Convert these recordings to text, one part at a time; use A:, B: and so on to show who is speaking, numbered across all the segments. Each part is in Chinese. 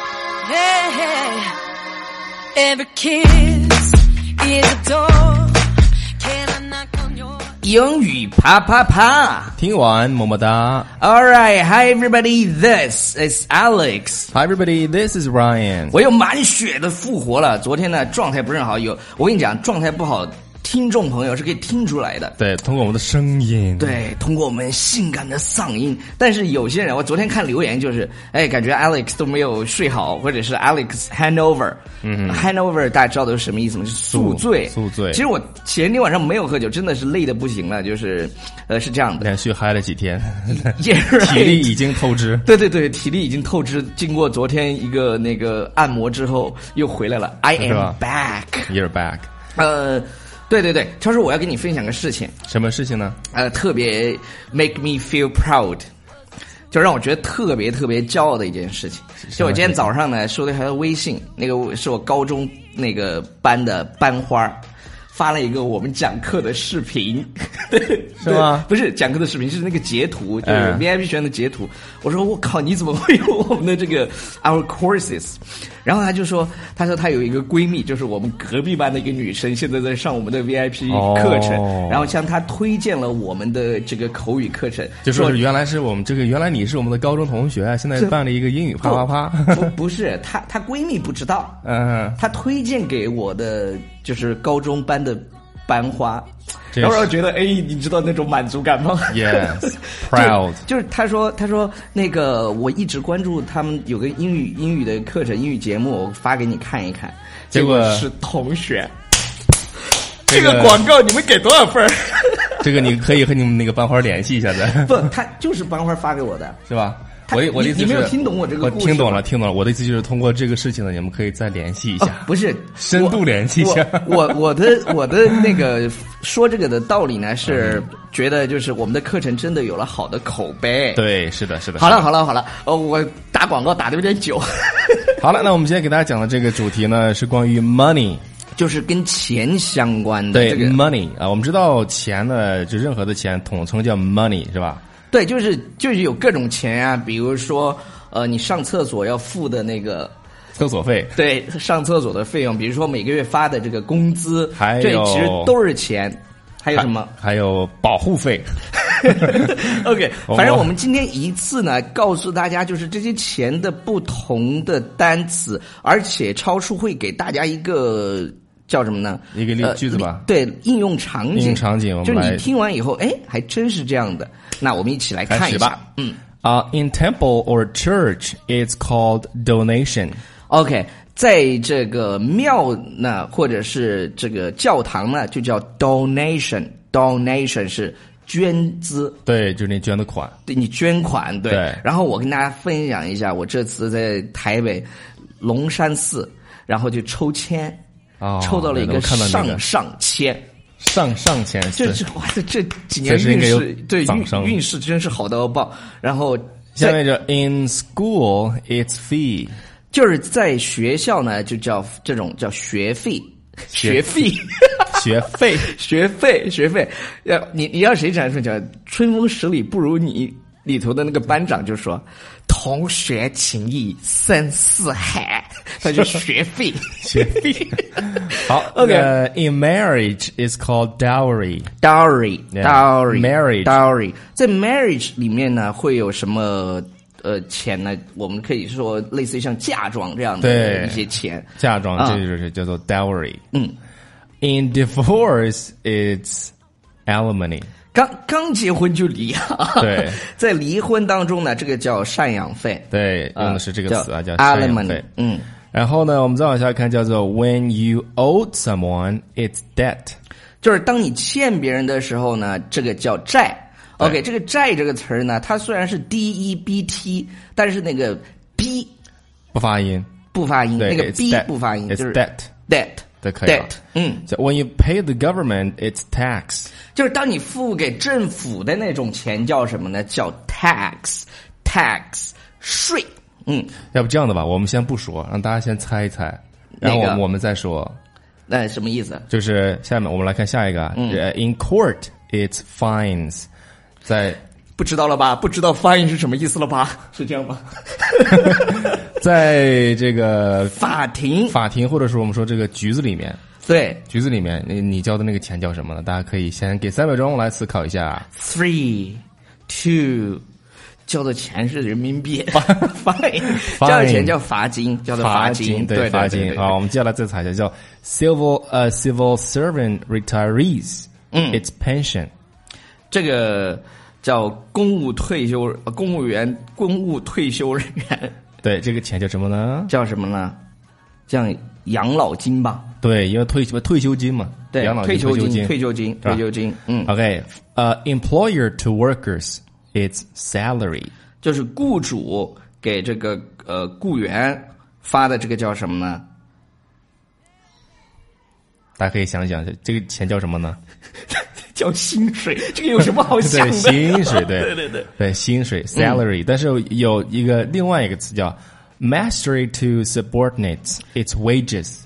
A: Hey, hey. Every kiss is a door. Can I knock on your
B: 英语啪啪啪
C: 听完么么哒。
B: ！All right, hi everybody, this is Alex。
C: Hi everybody, this is Ryan。
B: 我又满血的复活了。昨天呢，状态不是很好，有我跟你讲，状态不好，听众朋友是可以听出来的。
C: 对，通过我们的声音，，
B: 对，通过我们性感的嗓音，但是有些人，我昨天看留言就是，哎，感觉 Alex 都没有睡好，或者是 Alex hangover，嗯，hangover 大家知道都是什么意思吗？是宿醉，
C: 宿醉
B: 其实我前天晚上没有喝酒，真的是累的不行了，就是，呃，是这样 的，
C: 连续嗨了几天，
B: Yeah, right
C: 体力已经透支。
B: 对对对，体力已经透支，经过昨天一个那个按摩之后又回来了，I
C: 是
B: am
C: 吧
B: back，
C: You're back。
B: 呃，对对对，超叔，我要跟你分享个事情。
C: 什么事情呢？
B: 呃，特别 make me feel proud，就让我觉得特别特别骄傲的一件事情。就我今天早上呢，收到一条微信，那个是我高中那个班的班花儿发了一个我们讲课的视频，对
C: 是吗
B: 不是讲课的视频，是那个截图，就是
C: 嗯
B: VIP 学员的截图。我说我靠，你怎么会有我们的这个 our courses？然后她就说，她说她有一个闺蜜，就是我们隔壁班的一个女生，现在在上我们的 VIP 课程，
C: 哦
B: 然后向她推荐了我们的这个口语课程，
C: 就
B: 说
C: 说是原来是我们这个，原来你是我们的高中同学，现在办了一个英语啪啪
B: 不
C: 啪。
B: 不是她她闺蜜不知道，
C: 嗯，
B: 她推荐给我的就是高中班的班花，
C: 这
B: 然后
C: 是
B: 让我觉得哎，你知道那种满足感吗
C: Yes,
B: 就
C: proud
B: 就是他说，他说那个我一直关注他们有个英语英语的课程，英语节目，我发给你看一看。
C: 结果
B: 是同学，
C: 这
B: 个广告你们给多少分儿？
C: 这个你可以和你们那个班花联系一下的，
B: 不，他 就是班花发给我的。
C: 是吧？
B: 他
C: 我的我的意
B: 你
C: 思就是，
B: 你没有听懂我这个
C: 我
B: 故事
C: 听懂
B: 吗
C: 了，听懂了。我的意思就是通过这个事情呢，你们可以再联系一
B: 哦
C: 下。
B: 不是
C: 深度联系一下
B: 我我我的我的那个说这个的道理呢，是
C: 嗯
B: 觉得就是我们的课程真的有了好的口碑。，
C: 对，是的，是的。
B: 好了好了好了，哦，我打广告打的有点久，
C: 好了，那我们今天给大家讲的这个主题呢，是关于 money。
B: 就是跟钱相关的
C: 对、
B: 嗯这个
C: money 啊，我们知道钱呢，就任何的钱统称叫 money 是吧？
B: 对，就是就是有各种钱啊，比如说呃，你上厕所要付的那个。
C: 厕所费，
B: 对，上厕所的费用，比如说每个月发的这个工资，
C: 还有
B: 这其实都是钱。还有什么？
C: 还？还有保护费。
B: OK，
C: 我
B: 反正我们今天一次呢，告诉大家就是这些钱的不同的单词，而且超叔会给大家一个叫什么呢？
C: 一个例
B: 呃
C: 句子吧
B: 例对，应用场景。
C: 应用场景我们
B: 就是
C: 来
B: 你听完以后，哎，还真是这样的。那我们一起来看一
C: 开始
B: 下
C: 吧。
B: 嗯
C: Uh, in temple or church, it's called donation.
B: ，OK，在这个庙呢，或者是这个教堂呢，就叫 donation。donation 是捐资。
C: 对，就是你捐的款。
B: 对你捐款，对。
C: 对
B: 然后我跟大家分享一下，我这次在台北龙山寺，然后就抽签，
C: 哦
B: 抽到了一
C: 我
B: 个
C: 看到那
B: 上
C: 个
B: 上签。
C: 上上千
B: 这
C: 次，
B: 这哇，这这几年
C: 确实应
B: 运
C: 该有
B: 势对
C: 掌
B: 运
C: 声
B: 运势真是好到爆。然后
C: 下
B: 在
C: 面就 in school, it's fee.
B: 就是在学校呢，就叫这种叫学费，学
C: 学
B: 费。
C: 学费
B: 学费，学费，要你你让谁展示讲《春风十里不如你》里头的那个班长就说：“同学情谊深似海。”他就学费，
C: 学费。 好
B: OK
C: 呃 in marriage is called dowry.
B: dowry
C: Yeah.
B: dowry
C: Marriage
B: dowry，在 marriage 里面呢会有什么呃钱呢？我们可以说类似于像嫁妆这样的
C: 对
B: 一些钱。
C: 嫁妆
B: 啊
C: 这就是叫做 dowry。
B: 嗯
C: ，in divorce it's alimony。
B: 刚刚结婚就离啊！
C: 对，
B: 在离婚当中呢，这个叫赡养费。
C: 对，
B: 啊
C: 用的是这个词啊，叫赡养
B: alimony
C: 费。。
B: 嗯。
C: 然后呢，我们再往下看，叫做 when you owe someone it's debt。
B: 就是当你欠别人的时候呢，这个叫债。
C: 对
B: OK，这个债这个词儿呢，它虽然是 D E B T，但是那个 B
C: 不发音，
B: 不发音，
C: 对，
B: 那个
C: it's
B: B
C: debt，
B: 不发音，
C: it's
B: 就是
C: debt，
B: debt
C: 这可以了
B: debt，嗯，
C: So when you pay the government it's tax。
B: 就是当你付给政府的那种钱叫什么呢？叫 tax tax 税，嗯，
C: 要不这样的吧，我们先不说，让大家先猜一猜，然后
B: 哪
C: 我
B: 个
C: 们我们再说。
B: 那什么意思？
C: 就是下面我们来看下一个啊，
B: 嗯
C: 呃 in court it's fines。在
B: 不知道了吧？不知道发音是什么意思了吧？是这样吗？
C: 在这个
B: 法庭，
C: 法庭或者是我们说这个局子里面，
B: 对
C: 局子里面你你交的那个钱叫什么呢？大家可以先给三秒钟来思考一下。
B: ，three two。交的钱是人民 币，罚交的钱叫罚金，叫做
C: 罚
B: 金，
C: 对
B: 对
C: 罚
B: 对对
C: 金。
B: 对
C: 好，我们接下来再查一下，叫 civil 呃 civil servant retirees，
B: 嗯
C: ，its pension
B: 这个叫公务退休，呃公务员、公务退休人员
C: 对这个钱叫什么呢？
B: 叫什么呢？叫养老金吧？
C: 对，因为退休退休金嘛，
B: 对
C: 养，老
B: 退
C: 金
B: 休
C: 休金
B: 退休金，
C: 是吧
B: 退休金，嗯，
C: OK，呃、e m p l o y e r to workers its salary，
B: 就是雇主给这个呃雇员发的这个叫什么呢？
C: 大家可以想一想，这个钱叫什么呢？
B: 叫薪水，这个有什么好想
C: 对，
B: 的？
C: 薪水，对
B: 对对对，
C: 对薪水 salary，、但是有一个另外一个词叫 mastery to subordinates its wages。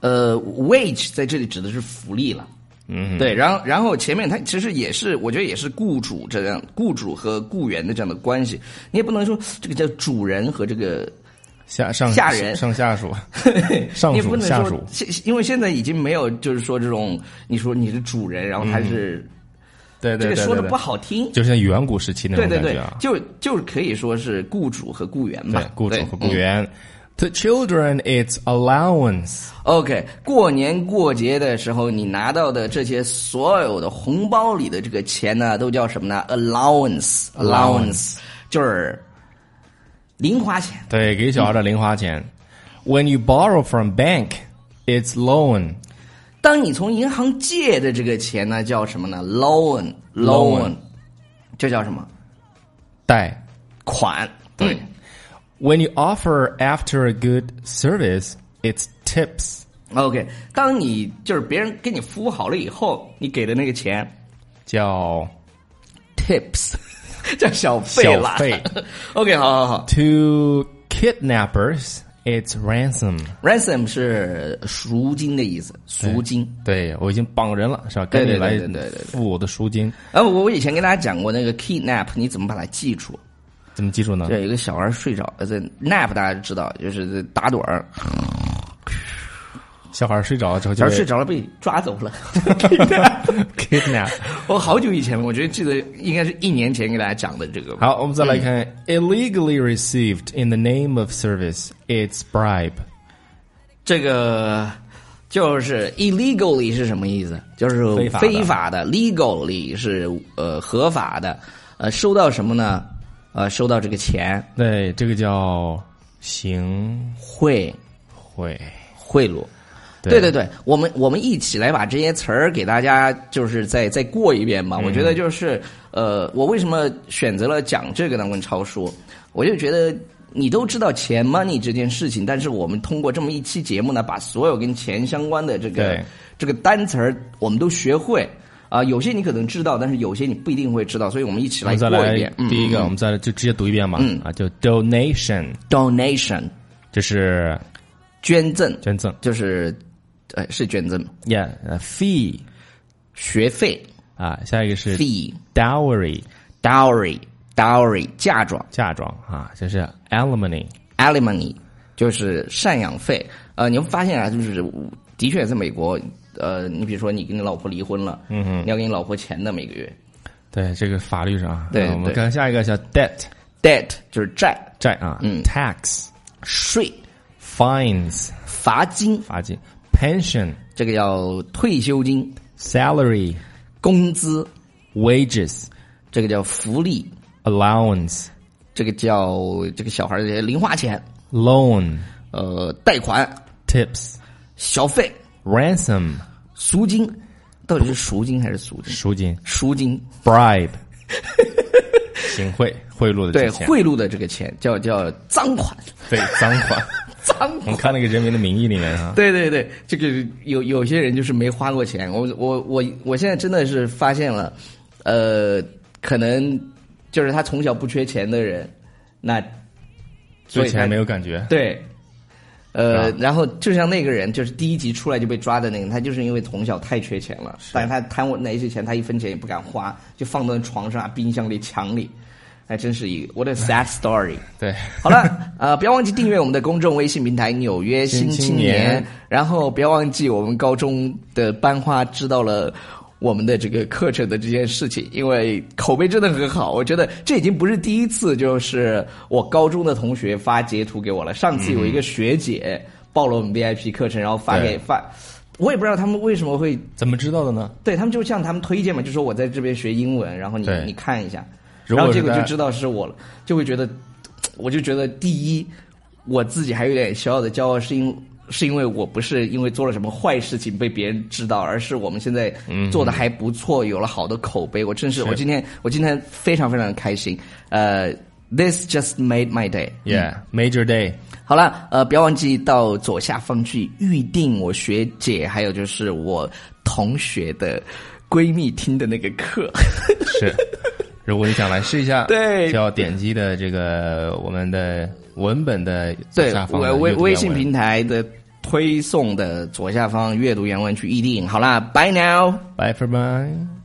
B: 呃，wage 在这里指的是福利了。嗯，对，然后然后前面它其实也是，我觉得也是雇主这样，雇主和雇员的这样的关系，你也不能说这个叫主人和这个，
C: 下上
B: 下人
C: 上 下属，上
B: 你也不
C: 属
B: 能
C: 下
B: 说
C: 属，，
B: 现因为现在已经没有就是说这种你说你是主人，然后他是、
C: 对
B: 这
C: 嗯对
B: 个
C: 对
B: 说的
C: 对
B: 不
C: 对，
B: 好听，
C: 就像远古时期那
B: 对
C: 种
B: 对
C: 感
B: 对
C: 觉，啊，
B: 就就可以说是雇主和雇员嘛
C: 对，雇主
B: 对
C: 和雇员。To children, it's allowance。
B: OK，过年过节的时候，你拿到的这些所有的红包里的这个钱呢，都叫什么呢？allowance，allowance 就是零花钱。
C: 对，给小孩的零花钱。When you borrow from bank, it's loan。
B: 当你从银行借的这个钱呢，叫什么呢？loan，loan，
C: Loan
B: 这叫什么？
C: 贷。
B: 款。对，
C: When you offer after a good service, it's tips。
B: OK，当你就是别人给你服务好了以后，你给的那个钱
C: 叫
B: tips 叫小费啦。
C: 小费
B: OK，好好好
C: to kidnappers, it's ransom。
B: ，ransom 是赎金的意思，赎金。
C: 对我已经绑人了，是吧？赶
B: 对对
C: 紧来
B: 对对对对
C: 付我的赎金。
B: 呃，我我以前跟大家讲过那个 kidnap，你怎么把它记住？
C: 怎么记住呢？
B: 对，有一个小孩睡着，呃，在 nap 大家知道，就是打盹 儿，
C: 小孩睡着了之后
B: 小
C: 就
B: 孩
C: 被
B: 睡着了被抓走了。
C: kidnap。
B: 我好久以前了，我觉得记得应该是一年前给大家讲的这个。
C: 好，我们再来看、illegally received in the name of service, it's bribe。
B: 这个就是 illegally 是什么意思？就是
C: 非法的
B: 非法的，legally 是呃合法的，呃收到什么呢？呃收到这个钱
C: 对，这个叫行
B: 贿
C: 贿。
B: 贿赂。对对对，我们我们一起来把这些词儿给大家，就是再再过一遍吧。
C: 嗯
B: 我觉得就是，呃，我为什么选择了讲这个呢？跟超叔，我就觉得你都知道钱 money 这件事情，但是我们通过这么一期节目呢，把所有跟钱相关的这个
C: 对
B: 这个单词儿，我们都学会啊、有些你可能知道，但是有些你不一定会知道，所以我们一起
C: 我
B: 来
C: 们
B: 过
C: 再
B: 一
C: 来
B: 遍。嗯
C: 第一个，我们再来就直接读一遍吧。啊，就 donation，
B: donation
C: 这是
B: 捐赠，
C: 捐赠。
B: 就是呃是捐赠吗
C: Yeah，呃 fee
B: 学费
C: 啊，下一个是
B: fee。
C: dowry
B: dowry dowry 嫁妆
C: 嫁妆啊，这是 alimony。
B: alimony 就是赡养费。呃，你会发现啊，就是的确在美国，呃，你比如说你跟你老婆离婚了，嗯嗯，你要给你老婆钱的每个月
C: 对，这个法律上啊。
B: 对
C: 啊我们
B: 对
C: 看下一个叫 debt
B: ，debt 就是债、
C: 债啊、
B: 嗯
C: t a x
B: 税、
C: fines
B: 罚金，
C: 罚金，pension
B: 这个叫退休金、
C: salary
B: 工资，
C: wages
B: 这个叫福利，
C: allowance
B: 这个叫这个小孩儿的零花钱，
C: loan
B: 呃，贷款、
C: tips
B: 小费、
C: ransom
B: 赎金，到底是赎金还是赎金？
C: 赎金
B: 赎金
C: bribe 行贿贿赂的
B: 对
C: 这钱
B: 贿赂的这个钱叫叫赃款，
C: 对赃款。
B: 赃
C: 我
B: 款
C: 们。看那个《人民的名义》里面 啊，
B: 对对对，这个有有些人就是没花过钱，我我我我现在真的是发现了，呃，可能就是他从小不缺钱的人，那所
C: 对
B: 以他
C: 钱没有感觉。
B: 对，呃
C: 是，吧
B: 然后就像那个人，就是第一集出来就被抓的那个，他就是因为从小太缺钱了，但是他贪我那些钱，他一分钱也不敢花，就放到床上、啊、冰箱里、墙里，还真是一个 what a sad story。
C: 对，
B: 好了，呃，不要忘记订阅我们的公众微信平台《纽约新
C: 新青
B: 青
C: 年
B: 然后不要忘记我们高中的班花知道了。我们的这个课程的这件事情，因为口碑真的很好，我觉得这已经不是第一次，就是我高中的同学发截图给我了。上次有一个学姐报了我们 VIP 课程，然后发给
C: 对
B: 发，我也不知道他们为什么会
C: 怎么知道的呢？
B: 对他们就向他们推荐嘛，就说我在这边学英文，然后你
C: 对
B: 你看一下，
C: 如
B: 然
C: 果
B: 后结
C: 是
B: 果就
C: 在
B: 知道是我了，就会觉得，我就觉得第一，我自己还有点小小的骄傲，是因是因为我不是因为做了什么坏事情被别人知道，而是我们现在做的还不错，有了好的口碑。我真是，
C: 嗯是
B: 我今天我今天非常非常的开心，呃，this just made my day。
C: Yeah, major day.
B: 好了，呃，不要忘记到左下方去预定我学姐，还有就是我同学的闺蜜听的那个课。
C: 是，如果你想来试一下，
B: 对
C: 就要点击的这个我们的文本的左
B: 对
C: 下，方
B: 我
C: 的
B: 微
C: 阅读
B: 微
C: 原
B: 信
C: 文
B: 平台的推送的左下方阅读原文去预定。好啦，bye now。
C: ，Bye for bye。